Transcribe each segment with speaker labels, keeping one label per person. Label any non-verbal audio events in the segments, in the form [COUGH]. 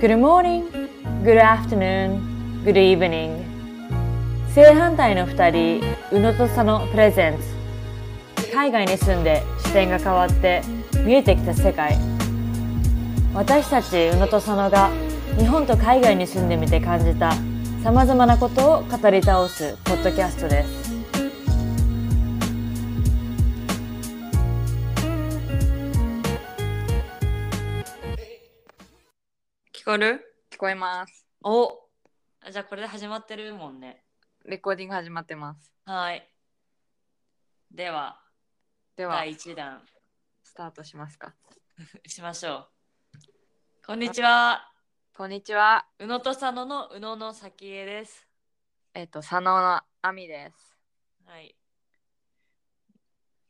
Speaker 1: Good morning, good afternoon, good evening 正反対の2人宇野と佐野プレゼンツ海外に住んで視点が変わって見えてきた世界私たち宇野と佐野が日本と海外に住んでみて感じたさまざまなことを語り倒すポッドキャストです
Speaker 2: 聞こえる聞こえます。
Speaker 1: おじゃあこれで始まってるもんね
Speaker 2: レコーディング始まってます。
Speaker 1: はいでは
Speaker 2: では、
Speaker 1: 第1弾
Speaker 2: スタートしますか。
Speaker 1: しましょうこんにちは
Speaker 2: こんにちは。
Speaker 1: 宇野と佐野の宇野の先江です
Speaker 2: えっ、と、佐野のあみです。
Speaker 1: はい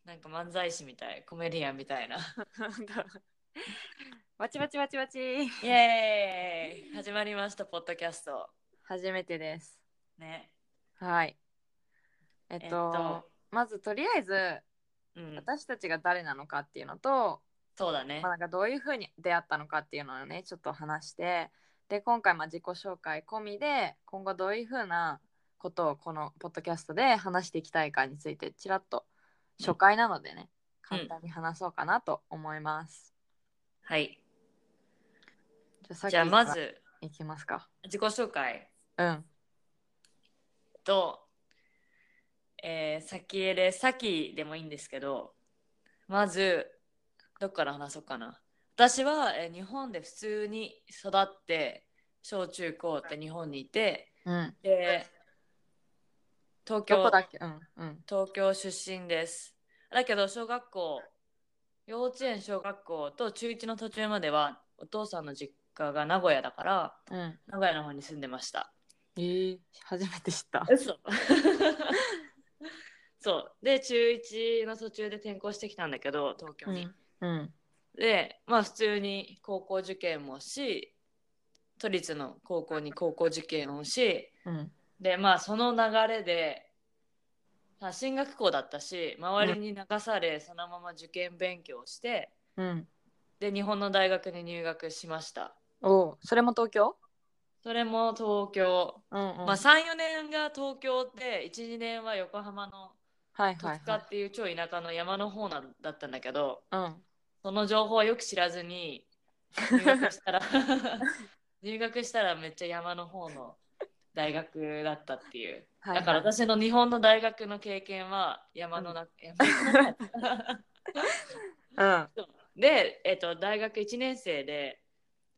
Speaker 1: なんか漫才師みたいコメディアンみたいな
Speaker 2: [LAUGHS] わちわちわちわち。
Speaker 1: イエーイ始まりましたポッドキャスト
Speaker 2: 初めてです。
Speaker 1: ね
Speaker 2: はい。えっと、
Speaker 1: えっと
Speaker 2: まずとりあえず、
Speaker 1: うん
Speaker 2: 私たちが誰なのかっていうのと、
Speaker 1: そうだね
Speaker 2: まあ、なんかどういうふうに出会ったのかっていうのをね、ちょっと話して、で、今回まあ自己紹介込みで、今後どういうふうなことをこのポッドキャストで話していきたいかについて、ちらっと初回なのでね、
Speaker 1: うん
Speaker 2: 簡単に話そうかなと思います。
Speaker 1: はい
Speaker 2: じゃあさっき
Speaker 1: じゃあまず
Speaker 2: いきますか。
Speaker 1: 自己紹介
Speaker 2: うん。
Speaker 1: と、えー、先へで先でもいいんですけどまずどっから話そうかな私は、えー日本で普通に育って小中高って日本にいて
Speaker 2: うん。
Speaker 1: で東
Speaker 2: ど
Speaker 1: 京
Speaker 2: こだっけうん。うん。
Speaker 1: 東京出身ですだけど小学校幼稚園小学校と中1の途中まではお父さんの実家が名古屋だから
Speaker 2: うん。
Speaker 1: 名古屋の方に住んでました
Speaker 2: えー、初めて知った。 [LAUGHS]
Speaker 1: 嘘そうで中1の途中で転校してきたんだけど東京
Speaker 2: う
Speaker 1: に、
Speaker 2: ん。うん。
Speaker 1: でまあ普通に高校受験もし都立の高校に高校受験をし
Speaker 2: うん。
Speaker 1: でまあその流れでまあ進学校だったし周りに流され、そのまま受験勉強をして
Speaker 2: うん。
Speaker 1: で日本の大学に入学しました
Speaker 2: おうそれも東京
Speaker 1: それも東京、
Speaker 2: うん、うん。
Speaker 1: まあ34年が東京で12年は横浜の
Speaker 2: はい
Speaker 1: 戸
Speaker 2: はい、
Speaker 1: 塚
Speaker 2: はい
Speaker 1: っ。ていう超田舎の山の方なんだったんだけど
Speaker 2: うん。
Speaker 1: その情報はよく知らずに入学したら [LAUGHS] 入学したらめっちゃ山の方の大学だったっていう
Speaker 2: はいは
Speaker 1: だ
Speaker 2: い
Speaker 1: から私の日本の大学の経験は山の中、山の中 [LAUGHS]
Speaker 2: うん。
Speaker 1: で、えっと大学1年生で、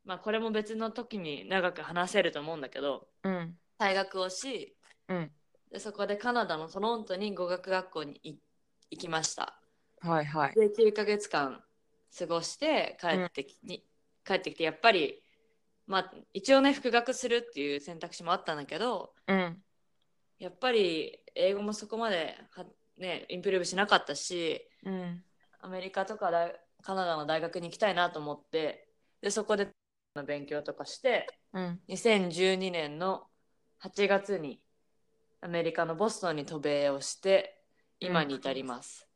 Speaker 1: まあ、これも別の時に長く話せると思うんだけど
Speaker 2: うん。
Speaker 1: 退学をし
Speaker 2: うん。
Speaker 1: でそこでカナダのトロントに語学学校に行行きました
Speaker 2: はいはい。
Speaker 1: で9ヶ月間過ごして帰ってき、に帰ってきてやっぱり、まあ、一応ね復学するっていう選択肢もあったんだけど
Speaker 2: うん。
Speaker 1: やっぱり英語もそこまでは、ね、インプルーブしなかったし
Speaker 2: うん。
Speaker 1: アメリカとかだカナダの大学に行きたいなと思ってでそこでの勉強とかして
Speaker 2: うん。
Speaker 1: 2012年の8月にアメリカのボストンに渡米をして今に至ります、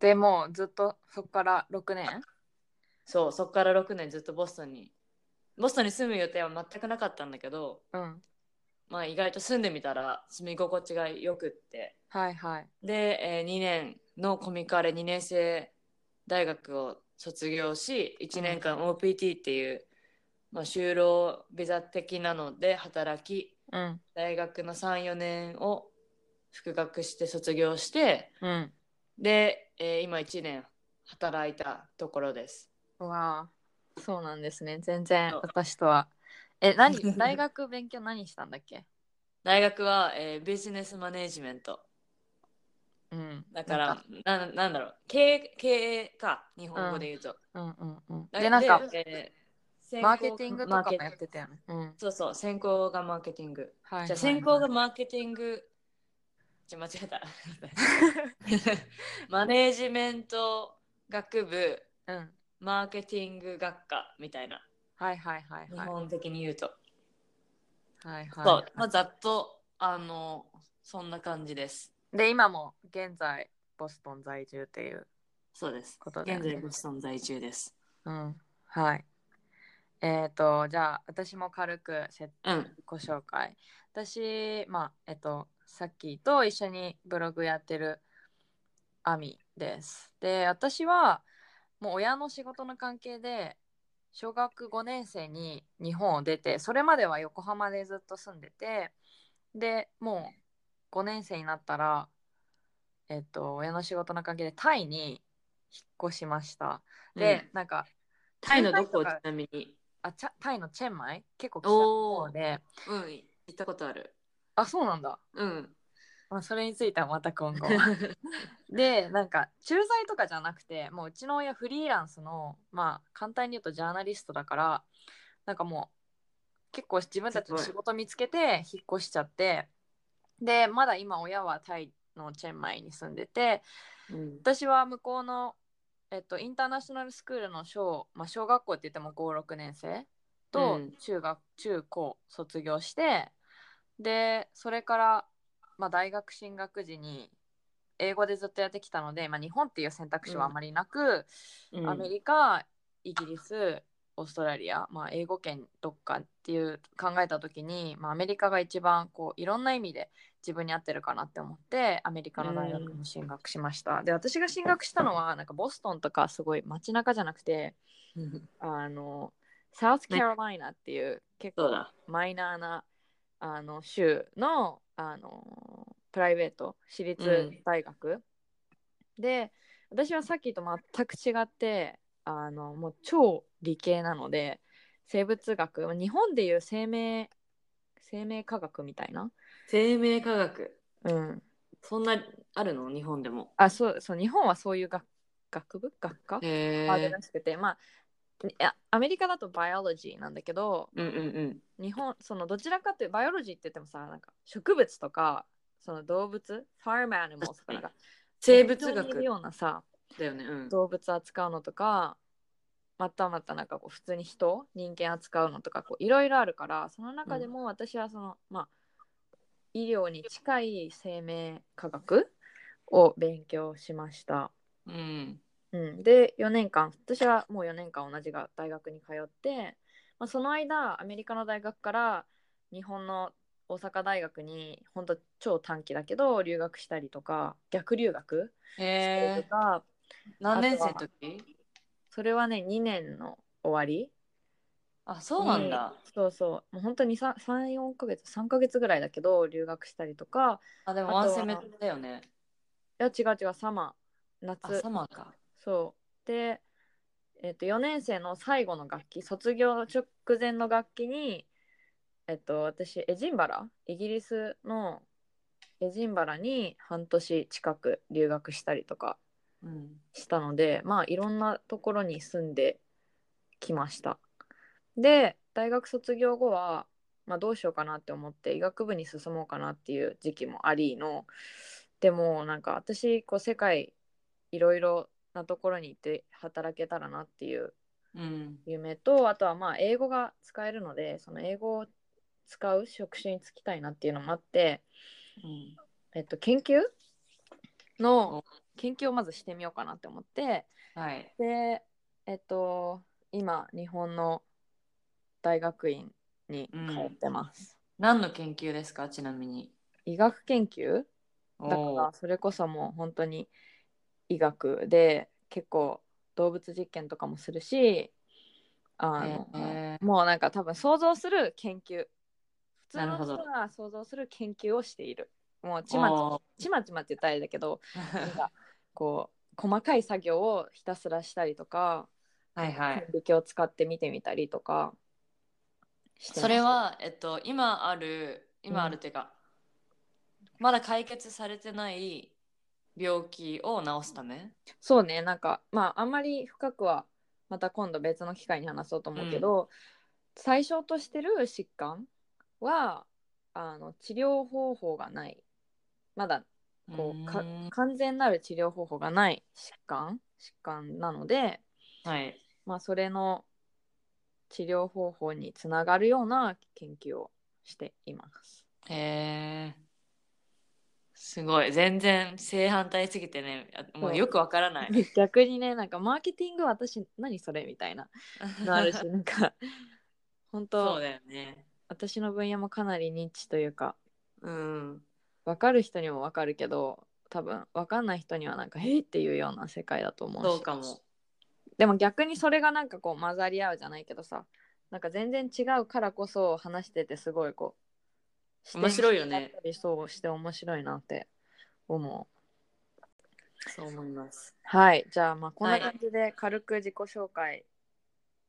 Speaker 2: でもうずっとそこから6年
Speaker 1: そうそこから6年ずっとボストンにボストンに住む予定は全くなかったんだけど、
Speaker 2: うん。
Speaker 1: まあ、意外と住んでみたら住み心地がよくって
Speaker 2: はいはい。
Speaker 1: で、え2年のコミカレ2年生大学を卒業し1年間 OPT っていう、まあ、就労ビザ的なので働き
Speaker 2: うん。
Speaker 1: 大学の34年を復学して卒業して
Speaker 2: うん。
Speaker 1: で、えー今1年働いたところです。
Speaker 2: うわあそうなんですね。全然
Speaker 1: そう
Speaker 2: 私とは。え、何 [LAUGHS] 大学勉強何したんだっけ
Speaker 1: 大学は、えービジネスマネジメント
Speaker 2: うん。
Speaker 1: だか
Speaker 2: なん
Speaker 1: らななんだろう経営経営か日本語で言うと。
Speaker 2: うんうんうん。
Speaker 1: だ
Speaker 2: で、なんか、
Speaker 1: えー先行
Speaker 2: マーケティングとか
Speaker 1: マーケ
Speaker 2: もやってたよね。うん。はい
Speaker 1: そうそう、先行がマーケティング。
Speaker 2: はい、
Speaker 1: じゃあ先行がマーケティング。じゃあ間違えた。 [LAUGHS] マネージメント学部、
Speaker 2: うん。
Speaker 1: マーケティング学科みたいな、
Speaker 2: はいはいはい
Speaker 1: 日
Speaker 2: はい。
Speaker 1: 本的に言うと。
Speaker 2: はい
Speaker 1: そ
Speaker 2: は
Speaker 1: う
Speaker 2: い、
Speaker 1: まあ、ざっと、あの、そんな感じです。
Speaker 2: で、今も現在、ボストン在住っていう
Speaker 1: そうです。
Speaker 2: ことで、
Speaker 1: 現在、ボストン在住です。
Speaker 2: うん。はい。えっ、とじゃあ私も軽くせ
Speaker 3: うん。
Speaker 2: ご紹介私まあえっとさっきと一緒にブログやってるアミですで私はもう親の仕事の関係で小学5年生に日本を出てそれまでは横浜でずっと住んでてでもう5年生になったらえっと親の仕事の関係でタイに引っ越しましたで、
Speaker 3: うん、
Speaker 2: なんか
Speaker 3: タイのどこち
Speaker 2: タイとか
Speaker 3: なみに。
Speaker 2: あチャタイのチェンマイ結構北の
Speaker 3: おお
Speaker 2: 方。で
Speaker 3: うん。行ったことある。
Speaker 2: あそうなんだ
Speaker 3: うん。
Speaker 2: まあ、それについてはまた今
Speaker 1: [LAUGHS]
Speaker 2: 後はでなんか駐在とかじゃなくてもううちの親フリーランスのまあ簡単に言うとジャーナリストだからなんかもう結構自分たちの仕事見つけて引っ越しちゃってでまだ今親はタイのチェンマイに住んでて
Speaker 3: うん。
Speaker 2: 私は向こうの、えっと、インターナショナルスクールの小,、まあ、小学校って言っても56年生
Speaker 3: う
Speaker 2: と
Speaker 3: ん
Speaker 2: 中学、中高卒業してでそれから、まあ、大学進学時に英語でずっとやってきたので、まあ、日本っていう選択肢はあまりなく、
Speaker 3: うん
Speaker 2: アメリカイギリスオーストラリア、まあ、英語圏どっかっていう考えた時に、まあ、アメリカが一番こういろんな意味で自分に合ってるかなって思ってアメリカの大学に進学しました、で私が進学したのはなんかボストンとかすごい街中じゃなくて
Speaker 3: うん
Speaker 2: あのサウスカロライナっていう
Speaker 3: [LAUGHS]
Speaker 2: 結
Speaker 3: そう
Speaker 2: 構
Speaker 3: だ。
Speaker 2: マイナーなあの州のあのプライベート私立大学、で私はさっきと全く違ってあのもう超理系なので生物学日本でいう生命生命科学みたいな、
Speaker 3: 生命科学。
Speaker 2: うん、
Speaker 3: そんなあるの日本でも。
Speaker 2: あそうそう日本はそういう学学部学科
Speaker 3: へ
Speaker 2: ある
Speaker 3: え。
Speaker 2: らしくてまあいやアメリカだとバイオロジーなんだけど
Speaker 3: うんうん
Speaker 2: 日本そのどちらかというバイオロジーって言ってもさなんか植物とかその動物ファームアニモスとかなんか
Speaker 3: 生物学
Speaker 2: 地球にいるようなさ
Speaker 3: だよね。うん。
Speaker 2: 動物扱うのとかまたまたなんかこう普通に人人間扱うのとかこういろいろあるからその中でも私はその、まあ医療に近い生命科学を勉強しました。
Speaker 3: うん。
Speaker 2: うん、で4年間私はもう4年間同じが大学に通って、まあ、その間アメリカの大学から日本の大阪大学に本当超短期だけど留学したりとか逆留学
Speaker 3: へえ
Speaker 2: したりと。か、
Speaker 3: 何年生の時
Speaker 2: それはね2年の終わり
Speaker 3: あ、そうなんだ。
Speaker 2: そうそうもう本当に34ヶ月3ヶ月ぐらいだけど留学したりとか
Speaker 3: あ、でもワ
Speaker 2: あと
Speaker 3: ン
Speaker 2: は
Speaker 3: セメだよね。
Speaker 2: いや違う違うサマー
Speaker 3: あ、
Speaker 2: 夏
Speaker 3: サマーか。
Speaker 2: そうで、えっと4年生の最後の楽器卒業直前の楽器に、えっと私エジンバライギリスのエジンバラに半年近く留学したりとか
Speaker 3: うん。
Speaker 2: したのでまあいろんなところに住んできましたで大学卒業後は、まあ、どうしようかなって思って医学部に進もうかなっていう時期もありのでもなんか私こう世界いろいろなところに行って働けたらなっていう
Speaker 3: うん。
Speaker 2: 夢とあとはまあ英語が使えるのでその英語を使う職種に就きたいなっていうのもあって、
Speaker 3: うん
Speaker 2: えっと、研究の研究をまずしてみようかなって思って
Speaker 3: はい。
Speaker 2: でえっと今日本の大学院に通ってます、
Speaker 3: 何の研究ですかちなみに。
Speaker 2: 医学研究だか
Speaker 3: お
Speaker 2: ら
Speaker 3: ー [LAUGHS]
Speaker 2: それこそもう本当に医学で結構動物実験とかもするしあの、
Speaker 3: へー
Speaker 2: もうなんか多分想像する研究普通
Speaker 3: な
Speaker 2: の
Speaker 3: るほど
Speaker 2: 人が想像する研究をしているもうち
Speaker 3: お
Speaker 2: ま
Speaker 3: ー
Speaker 2: ちちまちまって言ったらあれだ
Speaker 3: [LAUGHS]
Speaker 2: けどなんかこう細かい作業をひたすらしたりとか
Speaker 3: はいはい。
Speaker 2: 顕微鏡を使って見てみたりとかしてます
Speaker 3: それは、えっと、今ある、今あるっていうか、まだ解決されてない病気を治すため
Speaker 2: そうねなんかまああんまり深くはまた今度別の機会に話そうと思うけど、最小としてる疾患はあの治療方法がないまだこうか
Speaker 3: ーん
Speaker 2: 完全なる治療方法がない疾患疾患なので、
Speaker 3: はい。
Speaker 2: まあ、それの治療方法につながるような研究をしています。
Speaker 3: へえ。
Speaker 1: すごい全然正反対すぎてねあも
Speaker 2: そうう
Speaker 1: よくわからない
Speaker 2: 逆にねなんかマーケティング私何それみたいなのあるしなんか本
Speaker 1: そう
Speaker 2: 当
Speaker 1: だよね
Speaker 2: 私の分野もかなりニッチというか
Speaker 1: うん
Speaker 2: 分かる人にも分かるけど多分分かんない人にはなんか「へえ」っていうような世界だと思うし
Speaker 1: そうかも
Speaker 2: でも逆にそれがなんかこう混ざり合うじゃないけどさなんか全然違うからこそ話しててすごいこう視点
Speaker 1: 面白いよね
Speaker 2: が違ったりそうして面白いなって思う
Speaker 1: そう思います
Speaker 2: はいじゃあまあこん
Speaker 1: は
Speaker 2: ない感じで軽く自己紹介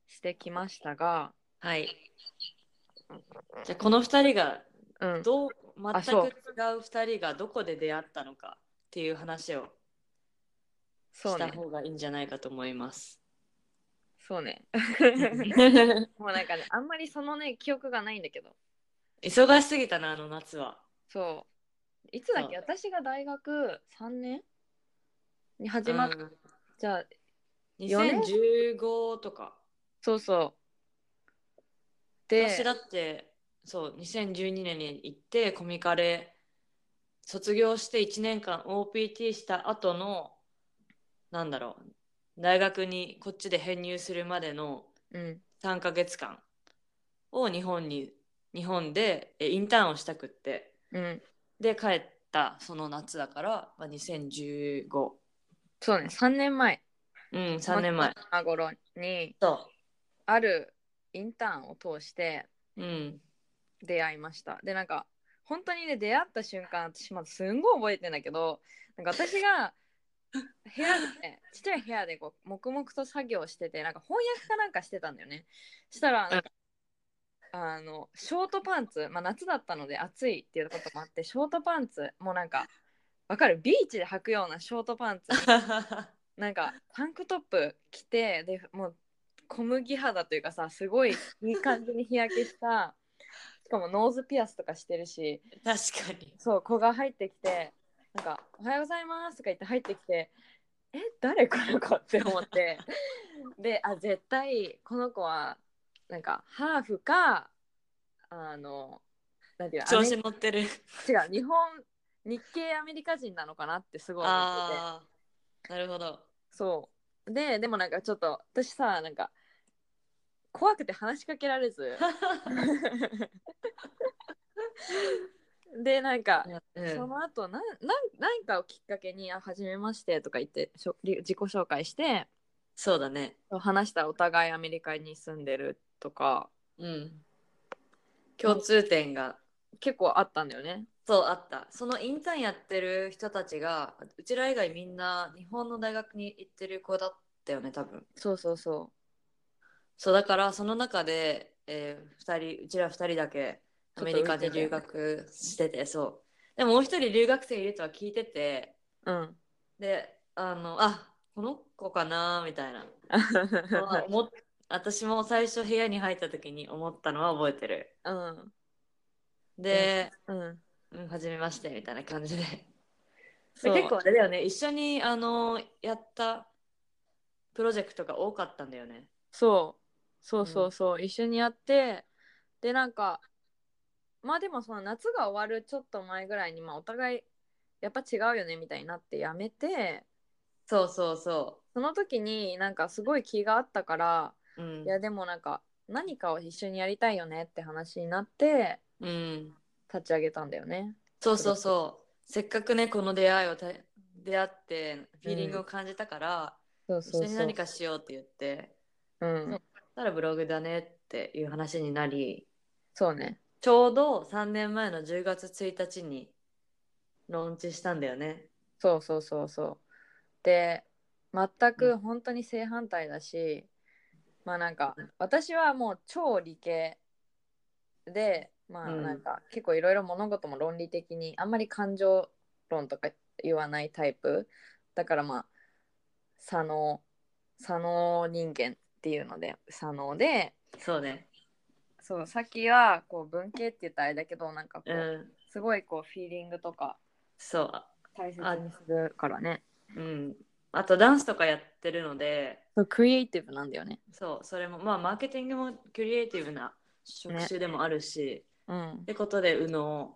Speaker 2: してきましたが、
Speaker 1: はいじゃあこの2人が
Speaker 2: うん
Speaker 1: どう全く違
Speaker 2: そう
Speaker 1: う2人がどこで出会ったのかっていう話を
Speaker 2: そ
Speaker 1: し
Speaker 2: う
Speaker 1: た
Speaker 2: ね
Speaker 1: 方がいいんじゃないかと思い
Speaker 2: [LAUGHS]
Speaker 1: ます。
Speaker 2: そう
Speaker 1: [LAUGHS]
Speaker 2: ね
Speaker 1: 忙
Speaker 2: もうなんかねあんまりそのね記憶がないんだけど
Speaker 1: しすぎたなあの夏は。
Speaker 2: そういつだっけ
Speaker 1: そう
Speaker 2: 私が大学3年に始まっ
Speaker 1: うん
Speaker 2: じゃあ四年
Speaker 1: 2015とか。
Speaker 2: そうそうで
Speaker 1: 私だってそう2012年に行ってコミカレ卒業して1年間 OPT した後のなんだろう大学にこっちで編入するまでの
Speaker 2: うん
Speaker 1: 3ヶ月間を日本に日本でえインターンをしたくって
Speaker 2: うん
Speaker 1: で帰ったその夏だから、まあ、2015
Speaker 2: そうね3年前
Speaker 1: うん3年前
Speaker 2: 今頃に
Speaker 1: そ
Speaker 2: あるインターンを通して
Speaker 1: う [LAUGHS] うん
Speaker 2: 出会いましたでなんか本当にね出会った瞬間私まだすんごい覚えてんだけどなんか私が部屋でねちっちゃい部屋でこう黙々と作業しててなんか翻訳かなんかしてたんだよねしたらなんか、あのショートパンツ、まあ、夏だったので暑いっていうこともあってショートパンツもうなんかわかるビーチで履くようなショートパンツになんかタンクトップ着てでもう小麦肌というかさすごいいい感じに日焼けしたしかもノーズピアスとかしてるし
Speaker 1: 確かに
Speaker 2: そう子が入ってきてなんか「おはようございます」とか言って入ってきて「え誰この子?」って思ってであ絶対この子はなんかハーフかあのなんていうの
Speaker 1: [LAUGHS] 調
Speaker 2: アメ
Speaker 1: 子乗ってる
Speaker 2: 違う日本日系アメリカ人なのかなってすごい思ってて。
Speaker 1: ああなるほ [LAUGHS] ど
Speaker 2: そうででもなんかちょっと私さなんか怖くて話しかけられず [LAUGHS] でなんか、
Speaker 1: うん
Speaker 2: その後なんなんなんかをきっかけに「あはじめまして」とか言ってしょり自己紹介して
Speaker 1: そうだね
Speaker 2: 話したらお互いアメリカに住んでるとか
Speaker 1: うん共通点が
Speaker 2: 結構あったんだよね。
Speaker 1: そうあったそのインターンやってる人たちがうちら以外みんな日本の大学に行ってる子だったよね多分
Speaker 2: そうそうそ
Speaker 1: そうだからその中で、えー、2人うちら2人だけアメリカに留学しててそうでももう一人留学生いるとは聞いてて
Speaker 2: う。うん。
Speaker 1: であのあこの子かなみたいな [LAUGHS] そう思っ私も最初部屋に入った時に思ったのは覚えてる
Speaker 2: [LAUGHS] うん。
Speaker 1: で、
Speaker 2: うん。
Speaker 1: うん、初めましてみたいな感じで
Speaker 2: そ
Speaker 1: で
Speaker 2: う
Speaker 1: 結構あれだよね一緒にあのやったプロジェクトが多かったんだよね
Speaker 2: そうそうそうそう、一緒にやってでなんかまあでもその夏が終わるちょっと前ぐらいにまあお互いやっぱ違うよねみたいになってやめて
Speaker 1: そうそうそ
Speaker 2: その時になんかすごい気があったから
Speaker 1: ううん
Speaker 2: いやでもなんか何かを一緒にやりたいよねって話になって
Speaker 1: うん
Speaker 2: 立ち上げたんだよね
Speaker 1: そうそうそうせっかくねこの出会いをた出会ってフィーリングを感じたから、
Speaker 2: そう
Speaker 1: 一
Speaker 2: そ
Speaker 1: 緒
Speaker 2: う
Speaker 1: に
Speaker 2: そ
Speaker 1: 何
Speaker 2: う
Speaker 1: かしようって言って
Speaker 2: うん
Speaker 1: たらブログだねっていう話になり
Speaker 2: そうね
Speaker 1: ちょうど3年前の10月1日にローンチしたんだよね
Speaker 2: そうそうそうそうで全く本当に正反対だし、まあなんか私はもう超理系でまあ
Speaker 1: うん
Speaker 2: なんか結構いろいろ物事も論理的にあんまり感情論とか言わないタイプだからまあ左脳左脳人間っていうので左脳で
Speaker 1: そうね
Speaker 2: そうさっきはこう文系って言ったらあれだけどなんかこう、
Speaker 1: うん
Speaker 2: すごいこうフィーリングとか
Speaker 1: そう
Speaker 2: 大切にするからね
Speaker 1: うん、あとダンスとかやってるので
Speaker 2: そうクリエイティブなんだよね
Speaker 1: そうそれもまあマーケティングもクリエイティブな職種でもあるし、
Speaker 2: うん
Speaker 1: ってことで右脳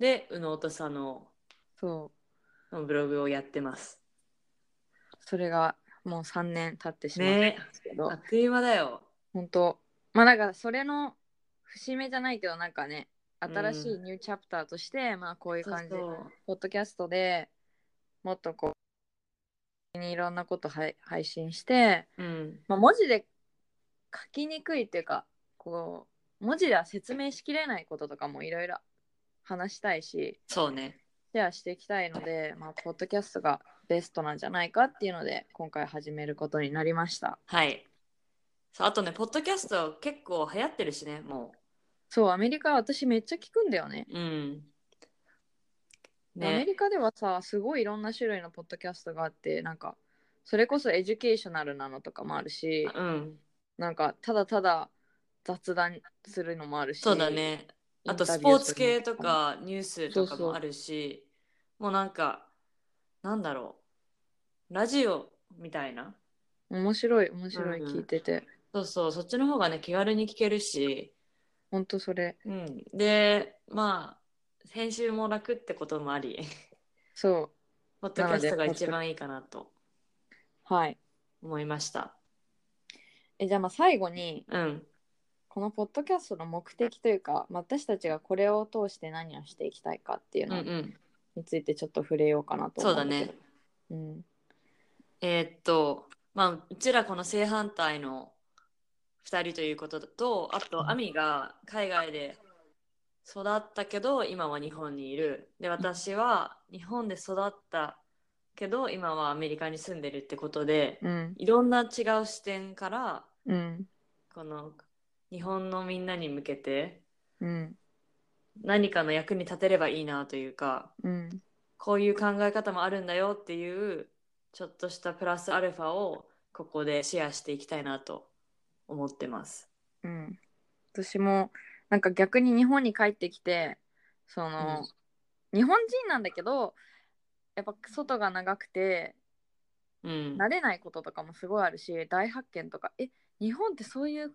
Speaker 1: で右脳と左脳
Speaker 2: そう
Speaker 1: のブログをやってます。
Speaker 2: それがもう3年経ってしまったんですけど、
Speaker 1: あっという間だよ。
Speaker 2: 本当まあなんかそれの節目じゃないけどなんかね新しいニューチャプターとして、まあこういう感じ
Speaker 1: そうそう
Speaker 2: ポッドキャストでもっとこういろんなことはい配信して、
Speaker 1: うん。
Speaker 2: まあ、文字で書きにくいっていうかこう文字では説明しきれないこととかもいろいろ話したいし
Speaker 1: そうね。
Speaker 2: シェアしていきたいので、まあ、ポッドキャストがベストなんじゃないかっていうので今回始めることになりました
Speaker 1: はい。そうあとね、ポッドキャスト結構流行ってるしね、も
Speaker 2: そうアメリカ私めっちゃ聞くんだよね
Speaker 1: う。うん。
Speaker 2: アメ
Speaker 1: ね。
Speaker 2: リカではさすごいいろんな種類のポッドキャストがあってなんかそれこそエデュケーショナルなのとかもあるし
Speaker 1: うん。
Speaker 2: なんかただただ雑談するのもあるし
Speaker 1: そうだね。あとスポーツ系とかニュースとか
Speaker 2: そうそう
Speaker 1: もあるしもうなんかなんだろうラジオみたいな
Speaker 2: 面白い面白い
Speaker 1: うん
Speaker 2: 聞いてて、
Speaker 1: そうそうそっちの方がね気軽に聞けるし、
Speaker 2: ほんとそれ
Speaker 1: うん、でまあ編集も楽ってこともあ [LAUGHS] り
Speaker 2: そ
Speaker 1: ポッドキャストが
Speaker 2: なので
Speaker 1: 一番いいかなと
Speaker 2: うはい
Speaker 1: 思いました
Speaker 2: えじゃあまあ最後に
Speaker 1: うん
Speaker 2: このポッドキャストの目的というか、まあ私たちがこれを通して何をしていきたいかっていう
Speaker 1: うんう
Speaker 2: の
Speaker 1: ん
Speaker 2: についてちょっと触れようかなと
Speaker 1: そ
Speaker 2: 思
Speaker 1: うだ
Speaker 2: んけど
Speaker 1: ね
Speaker 2: うん
Speaker 1: えーっとまあうちらこの正反対の2人ということとあと亜美が海外で育ったけど今は日本にいるで私は日本で育ったけど今はアメリカに住んでるってことで
Speaker 2: うん
Speaker 1: いろんな違う視点から
Speaker 2: うん
Speaker 1: この日本のみんなに向けて
Speaker 2: うん
Speaker 1: 何かの役に立てればいいなというか
Speaker 2: うん
Speaker 1: こういう考え方もあるんだよっていうちょっとしたプラスアルファをここでシェアしていきたいなと思ってます。
Speaker 2: うん、私もなんか逆に日本に帰ってきてその、日本人なんだけどやっぱ外が長くて
Speaker 1: うん、
Speaker 2: 慣れないこととかもすごいあるし大発見とかえ日本ってそういう考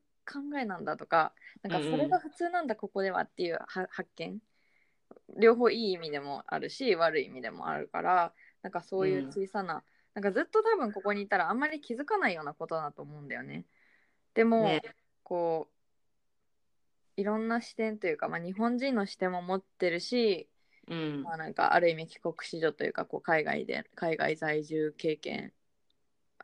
Speaker 2: えなんだとかなんか
Speaker 1: うんうん
Speaker 2: それが普通なんだここではっていうは発見両方いい意味でもあるし悪い意味でもあるからなんかそういう小さな、なんかずっと多分ここにいたらあんまり気づかないようなことだと思うんだよね。でも、
Speaker 1: ね
Speaker 2: こういろんな視点というか、まあ、日本人の視点も持ってるし、
Speaker 1: うん
Speaker 2: まあ、なんかある意味帰国子女というかこう海外で海外在住経験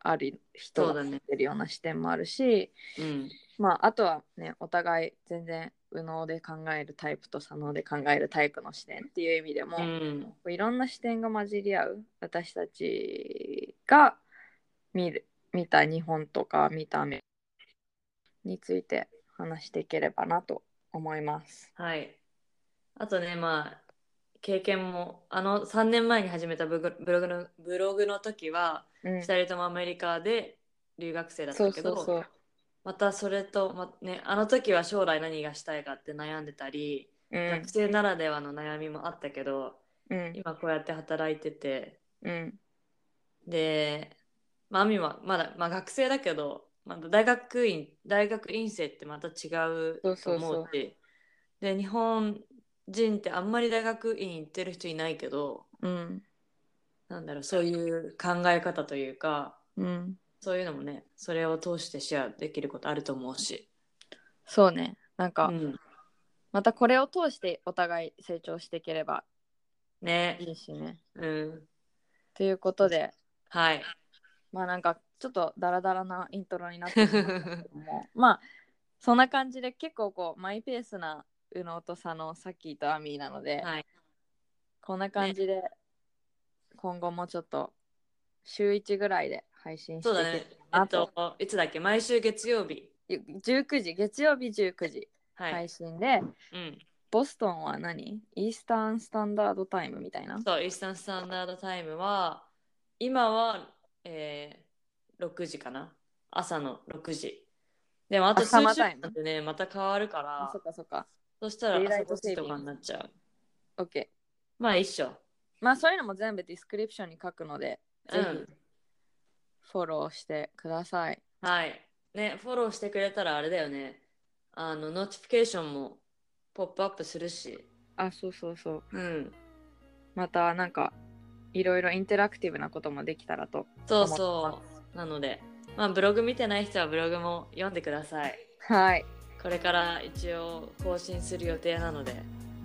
Speaker 2: ある人
Speaker 1: そう
Speaker 2: が
Speaker 1: だね。
Speaker 2: 出るような視点もあるし、
Speaker 1: うん、
Speaker 2: まあ、あとはねお互い全然右脳で考えるタイプと左脳で考えるタイプの視点っていう意味でも、
Speaker 1: う
Speaker 2: こ
Speaker 1: ん、
Speaker 2: ういろんな視点が混じり合う私たちが見る見た日本とか見た目について話していければなと思います。
Speaker 1: はい。あとね、まあ、経験も、あの3年前に始めたブグブログのブログの時は、
Speaker 2: うん
Speaker 1: 2、人ともアメリカで留学生だっ
Speaker 2: そ
Speaker 1: た
Speaker 2: う
Speaker 1: け
Speaker 2: そ
Speaker 1: ど、
Speaker 2: うそう。
Speaker 1: またそれと、まね、あの時は将来何がしたいかって悩んでたり、
Speaker 2: うん
Speaker 1: 学生ならではの悩みもあったけど、
Speaker 2: うん
Speaker 1: 今こうやって働いてて
Speaker 2: うん
Speaker 1: でまあ亜美はまだ、まあ、学生だけど、まだ大学院大学院生ってまた違う
Speaker 2: そう
Speaker 1: と
Speaker 2: そう
Speaker 1: 思
Speaker 2: そう
Speaker 1: うしで日本人ってあんまり大学院行ってる人いないけど
Speaker 2: うん
Speaker 1: なんだろうそういう考え方というか
Speaker 2: うん
Speaker 1: そういうのもねそれを通してシェアできることあると思うし、
Speaker 2: そうねなんか、
Speaker 1: うん、
Speaker 2: またこれを通してお互い成長していければ
Speaker 1: ね
Speaker 2: いいしね。
Speaker 1: うん
Speaker 2: ということで
Speaker 1: [LAUGHS] はい
Speaker 2: まあなんかちょっとダラダラなイントロになってしまったけども [LAUGHS] まあそんな感じで結構こうマイペースな宇野と佐野さっきとアミーなので、
Speaker 1: はい
Speaker 2: こんな感じで、今後もちょっと週1ぐらいで配信して
Speaker 1: そ
Speaker 2: いうけ
Speaker 1: だねえっといつだっけ毎週月曜日
Speaker 2: 19時月曜日19時
Speaker 1: はい、
Speaker 2: 配信で、
Speaker 1: うん
Speaker 2: ボストンは何イースタンスタンダードタイムみたいな
Speaker 1: そう、イースタンスタンダードタイムは、今は、えー、6時かな。朝の6時。でもあと
Speaker 2: あ
Speaker 1: 数
Speaker 2: サ
Speaker 1: 週
Speaker 2: マータイム
Speaker 1: 間でね、また変わるか
Speaker 2: あ
Speaker 1: ら
Speaker 2: そ、っかそっか
Speaker 1: そしたら朝
Speaker 2: デイライト
Speaker 1: 5時と
Speaker 2: セービン
Speaker 1: か
Speaker 2: グ
Speaker 1: になっちゃう。
Speaker 2: OK
Speaker 1: まあ一緒。
Speaker 2: まあそういうのも全部ディスクリプションに書くので
Speaker 1: う
Speaker 2: ぜひ
Speaker 1: ん。
Speaker 2: フォローしてください、
Speaker 1: はい。ね、フォローしてくれたらあれだよね。あの、ノーティフィケーションもポップアップするし。
Speaker 2: あそうそうそう
Speaker 1: うん。
Speaker 2: またなんかいろいろインタラクティブなこともできたらと
Speaker 1: そう
Speaker 2: 思っ
Speaker 1: そ
Speaker 2: て
Speaker 1: う。なので、まあ、ブログ見てない人はブログも読んでください。
Speaker 2: はい
Speaker 1: これから一応更新する予定なので、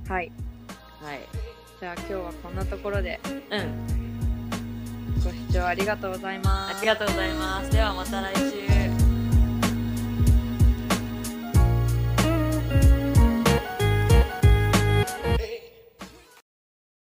Speaker 2: はい
Speaker 1: はい。
Speaker 2: じゃあ今日はこんなところで
Speaker 1: うん。
Speaker 2: ご視聴ありがとうございます
Speaker 1: ありがとうございます。ではまた来週。